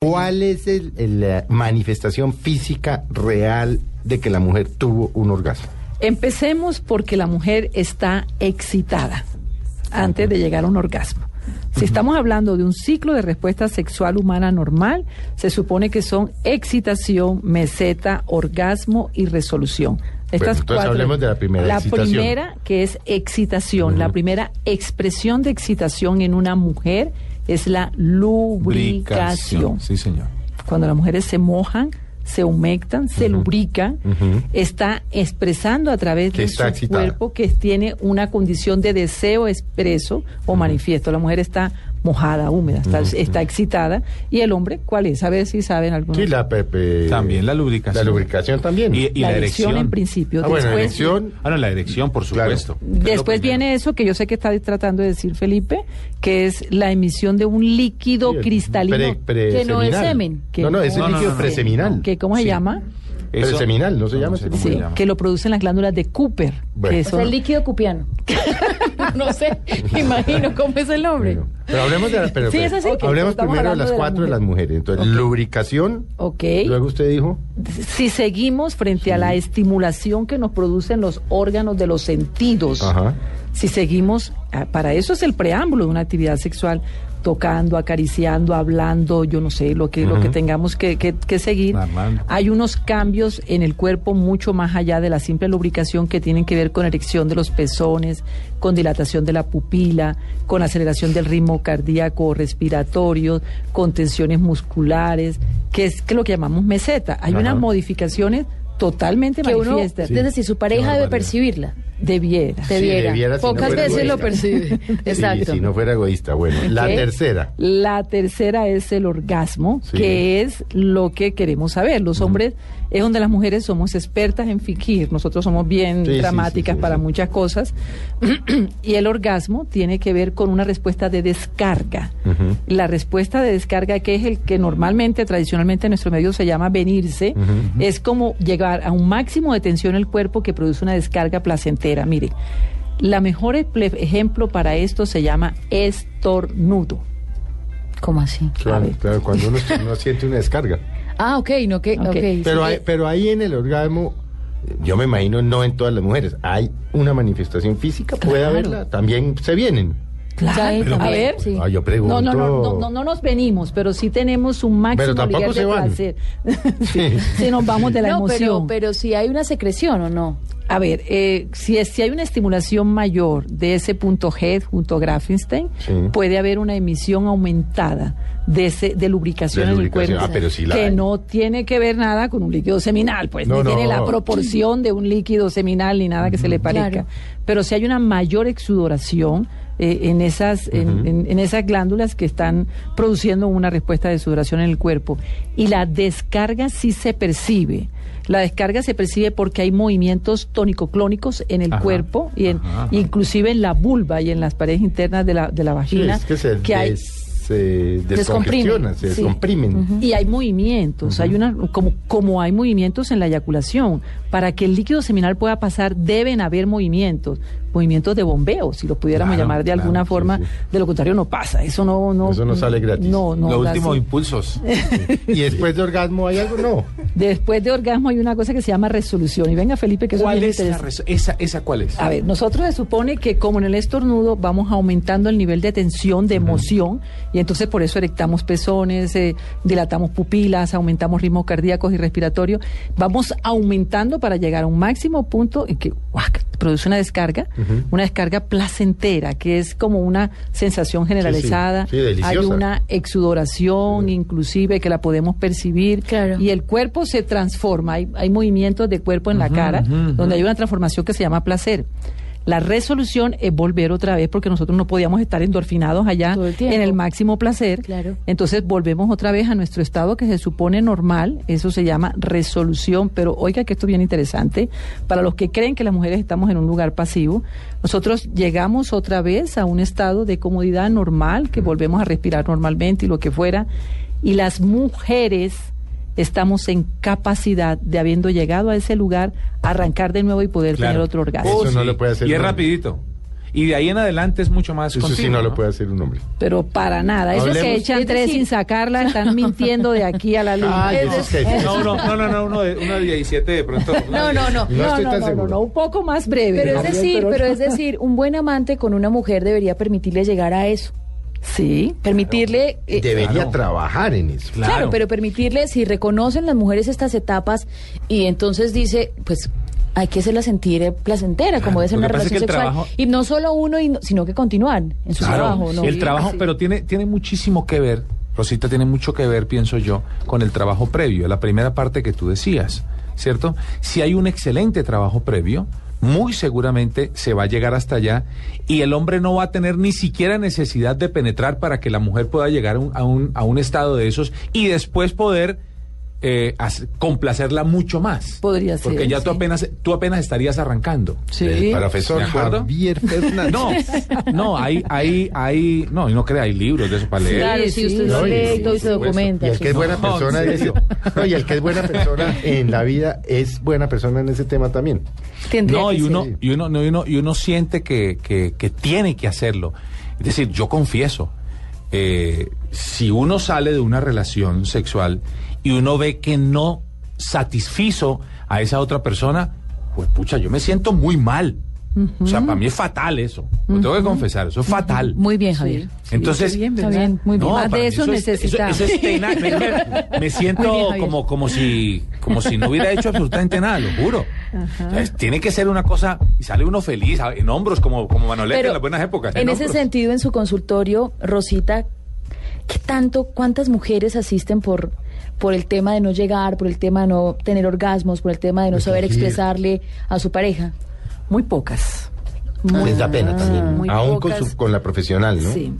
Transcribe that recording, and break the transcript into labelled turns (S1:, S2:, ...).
S1: ¿Cuál es el- el- la manifestación física real de que la mujer tuvo un orgasmo?
S2: Empecemos porque la mujer está excitada antes de llegar a un orgasmo. Si estamos hablando de un ciclo de respuesta sexual humana normal, se supone que son excitación, meseta, orgasmo y resolución.
S1: Bueno, entonces hablemos de la primera,
S2: La
S1: excitación.
S2: primera, que es excitación, la primera expresión de excitación en una mujer es la lubricación
S3: Sí, señor.
S2: cuando las mujeres se mojan, se humectan, se lubrican,
S1: Ujú.
S2: está expresando a través
S1: Que
S2: de su
S1: está excitada.
S2: cuerpo que tiene una condición de deseo expreso o manifiesto. La mujer está mojada, húmeda, está, está excitada. ¿Y el hombre cuál es? A ver si saben algunos.
S1: Sí, la Pepe.
S3: También la lubricación.
S1: La lubricación también.
S3: Y, y la, erección.
S2: en principio.
S1: Ah, bueno,
S2: después
S1: erección.
S3: Ah, no, la erección, por
S1: Claro.
S3: supuesto. Es lo
S2: Después
S3: primero.
S2: viene eso que yo sé que está tratando de decir Felipe, que es la emisión de un líquido
S1: Sí, el
S2: cristalino.
S1: pre- pre-
S4: que no es
S1: seminal.
S4: semen,
S2: que
S1: no, no,
S2: no
S1: es el
S3: es
S1: líquido
S3: semen.
S1: preseminal.
S2: que, ¿Cómo se
S3: Sí.
S2: llama?
S3: Eso-
S1: Preseminal, ¿no se llama?
S3: sé
S1: Sí,
S3: cómo
S2: Sí,
S3: se llama.
S2: que lo producen las glándulas de Cooper.
S1: Bueno.
S2: que
S4: o
S2: son-
S4: sea, el líquido cupiano. no sé, me imagino cómo es el nombre.
S1: Bueno, pero hablemos de la, pero-
S2: Sí,
S1: pero-
S2: es así, que
S1: hablemos
S2: estamos
S1: primero de
S2: hablando
S1: las
S2: de la
S1: cuatro de
S2: mujer.
S1: las mujeres. Entonces, lubricación.
S2: Ok.
S1: Luego usted dijo.
S2: Si seguimos frente a la estimulación que nos producen los órganos de los sentidos,
S1: Ajá.
S2: si seguimos, ah, para eso es el preámbulo de una actividad sexual, tocando, acariciando, hablando, yo no sé, lo que, lo que
S1: Ujú.
S2: tengamos que, que- que seguir,
S3: Armando.
S2: hay unos cambios en el cuerpo mucho más allá de la simple lubricación que tienen que ver con erección de los pezones, con dilatación de la pupila, con aceleración del ritmo cardíaco o respiratorio, con tensiones musculares, que es que lo que llamamos meseta. Hay
S1: Ajá.
S2: unas modificaciones totalmente
S4: Que uno,
S2: manifiestas.
S4: es decir, su pareja debe
S1: barbaridad.
S4: percibirla.
S2: Debiera.
S1: Sí,
S4: Debiera.
S1: debiera, si no
S4: Pocas
S1: fuera
S4: veces lo
S1: egoísta.
S4: percibe. Exacto.
S1: Sí, si no fuera egoísta. Bueno, la
S2: Ok.
S1: tercera.
S2: La tercera es el orgasmo,
S1: Sí.
S2: que es lo que queremos saber. Los hombres es donde las mujeres somos expertas en fingir. Nosotros somos bien
S1: Sí, sí,
S2: dramáticas
S1: sí, sí,
S2: para
S1: sí.
S2: muchas cosas. y el orgasmo tiene que ver con una respuesta de descarga.
S1: Ujú.
S2: La respuesta de descarga, que es el que normalmente, tradicionalmente en nuestro medio se llama venirse,
S1: Ujú.
S2: es como llegar a un máximo de tensión en el cuerpo que produce una descarga placentera. Mire, la mejor ej- ejemplo para esto se llama estornudo.
S4: ¿Cómo así?
S1: Claro,
S2: ver.
S1: claro, cuando uno, uno siente una descarga.
S4: Ah, ok, no que.
S2: Ok.
S4: ok, sí.
S1: Pero, hay- pero ahí en el orgasmo, yo me imagino no en todas las mujeres, hay una manifestación física, puede
S2: Claro.
S1: haberla, también se vienen.
S4: Claro.
S2: a ver.
S4: Sí.
S1: Ah, yo pregunto.
S2: No, no, no, no, no, no nos venimos, pero sí tenemos un máximo
S1: Pero tampoco
S2: nivel de
S1: se van.
S2: placer. sí, sí nos vamos de la
S4: no, pero,
S2: emoción.
S4: pero si hay una secreción o no.
S2: A ver, eh, si, es- si hay una estimulación mayor de ese punto G junto a Grafenstein,
S1: Sí.
S2: puede haber una emisión aumentada de ese de lubricación,
S1: De lubricación,
S2: en el cuerpo
S1: ah, pero sí la
S2: que
S1: hay.
S2: no tiene que ver nada con un líquido seminal, pues
S1: No,
S2: no,
S1: no.
S2: tiene la proporción de un líquido seminal ni nada que se le parezca.
S4: Claro.
S2: Pero si hay una mayor exudoración eh, en esas en-
S1: Ujú.
S2: en- en esas glándulas que están produciendo una respuesta de sudoración en el cuerpo. Y la descarga sí se percibe. La descarga se percibe porque hay movimientos tónico-clónicos en el
S3: Ajá,
S2: cuerpo, y en,
S3: ajá, ajá.
S2: inclusive en la vulva y en las paredes internas de la, de la
S1: Sí,
S2: vagina.
S1: es que se,
S2: que hay,
S1: des- se descongestiona, se
S2: sí.
S1: descomprimen.
S2: y hay movimientos, hay una, como, como hay movimientos en la eyaculación. Para que el líquido seminal pueda pasar, deben haber movimientos, movimientos de bombeo, si los pudiéramos
S3: Claro,
S2: llamar de
S3: claro,
S2: alguna
S3: sí,
S2: forma.
S1: sí.
S2: De lo contrario, no pasa. Eso no. no
S1: Eso no sale gratis.
S2: No, no.
S3: Lo
S2: da
S3: último,
S2: su-
S3: impulsos.
S1: Y después de orgasmo hay algo, no.
S2: Después de orgasmo hay una cosa que se llama resolución. Y venga, Felipe, que eso
S3: ¿Cuál
S2: bien
S3: es la
S2: interesante.
S3: res- esa, esa cuál es?
S2: Pues, A ver, nosotros se supone que como en el estornudo vamos aumentando el nivel de tensión, de emoción, y entonces por eso erectamos pezones, eh, dilatamos pupilas, aumentamos ritmos cardíacos y respiratorios, vamos aumentando para llegar a un máximo punto en que ¡guac! produce una descarga,
S1: Ujú.
S2: una descarga placentera, que es como una sensación generalizada,
S1: sí, deliciosa.
S2: hay una exudoración inclusive que la podemos percibir,
S4: Claro.
S2: y el cuerpo se transforma, hay, hay movimientos de cuerpo en la
S3: Ujú,
S2: cara,
S3: ujú, ujú.
S2: donde hay una transformación que se llama placer. La resolución es volver otra vez porque nosotros no podíamos estar endorfinados allá
S4: Todo el tiempo.
S2: en el máximo placer.
S4: Claro.
S2: Entonces volvemos otra vez a nuestro estado que se supone normal, eso se llama resolución, pero oiga que esto es bien interesante, para los que creen que las mujeres estamos en un lugar pasivo, nosotros llegamos otra vez a un estado de comodidad normal, que volvemos a respirar normalmente y lo que fuera, y las mujeres estamos en capacidad de habiendo llegado a ese lugar arrancar de nuevo y poder
S3: Claro. Oh,
S2: tener otro orgasmo.
S1: Eso no lo puede hacer
S3: Y es
S1: uno.
S3: rapidito. Y de ahí en adelante es mucho más
S1: Eso sí
S3: continuo,
S1: no lo puede hacer un hombre.
S2: Pero para nada. Eso que
S1: Hablemos-
S2: echan
S4: Es
S2: tres
S4: decir-
S2: sin sacarla, están mintiendo de aquí a la luna.
S1: Ay,
S4: Es
S1: esos jefes.
S3: No, no, no, no, no, uno de, uno de 17 de pronto.
S4: No, no, no.
S1: No estoy tan seguro.
S2: un poco más breve.
S4: Pero es
S2: Gabriel,
S4: decir, pero es
S2: no.
S4: decir, un buen amante con una mujer debería permitirle llegar a eso.
S2: Sí,
S4: Permitirle. eh,
S1: Debería
S3: claro.
S1: trabajar en eso.
S3: Claro.
S4: Claro. pero permitirle, si reconocen las mujeres estas etapas y entonces dice, pues hay que hacerla sentir eh, placentera,
S3: Claro,
S4: como debe ser
S3: lo
S4: una
S3: que pasa es
S4: relación
S3: que el
S4: sexual.
S3: trabajo-
S4: Y no solo uno, y no- sino que continúan en su
S3: Claro,
S4: trabajo. ¿no?
S3: el trabajo,
S2: sí.
S3: pero tiene, tiene muchísimo que ver, Rosita, tiene mucho que ver, pienso yo, con el trabajo previo, la primera parte que tú decías, ¿cierto? Si hay un excelente trabajo previo, muy seguramente se va a llegar hasta allá y el hombre no va a tener ni siquiera necesidad de penetrar para que la mujer pueda llegar a un, a un- a un estado de esos y después poder eh, hacer- complacerla mucho más.
S2: Podría ser,
S3: Porque ya tú,
S2: sí.
S3: apenas, Eh, tú apenas estarías arrancando.
S2: sí.
S1: El profesor
S3: ¿De acuerdo?
S1: Javier Fernández.
S3: No, no, hay, hay, hay, no, y no crea, hay libros de eso para leer.
S4: Claro,
S2: Sí,
S4: si usted
S2: sí,
S4: lo
S2: sí,
S4: lee
S2: sí,
S4: y todo y
S2: por
S4: se
S2: supuesto.
S4: documenta.
S1: Y el que es
S4: sí.
S1: buena
S3: No,
S1: persona
S3: ¿en
S1: es-
S3: serio?
S1: no, y el que es buena persona en la vida es buena persona en ese tema también.
S4: Tendría
S3: No,
S4: que
S3: y
S4: ser.
S3: uno, y uno, no, y uno, y uno siente que, que- que tiene que hacerlo. Es decir, yo confieso, eh, si uno sale de una relación sexual y uno ve que no satisfizo a esa otra persona, pues pucha, yo me siento muy mal. O sea, para mí es fatal eso. Lo tengo que confesar, eso es fatal.
S4: Muy bien, Javier.
S2: Sí,
S3: Entonces,
S2: qué bien,
S4: Está
S2: ¿verdad?
S4: bien, muy bien.
S3: No,
S2: Más
S3: para
S2: de
S3: mí
S2: eso,
S3: es-
S2: necesitamos.
S3: eso- eso es tenaz. Me- me- Me siento
S4: Muy bien, Javier.
S3: como, como, si, como si no hubiera hecho absolutamente nada, lo juro. O sea, es- tiene que ser una cosa, y sale uno feliz, a- en hombros, como, como Manolete en las buenas épocas. Pues-
S4: En ese
S3: hombros.
S4: sentido, en su consultorio, Rosita, ¿qué tanto, cuántas mujeres asisten por, por el tema de no llegar, por el tema de no tener orgasmos, por el tema
S3: Pues
S4: de no saber
S1: Restringir.
S4: expresarle a su pareja?
S2: Muy pocas.
S1: Les da pena
S2: Ah,
S1: también.
S2: muy
S1: Aún con,
S2: pocas.
S1: su- con la profesional, ¿no?
S2: Sí.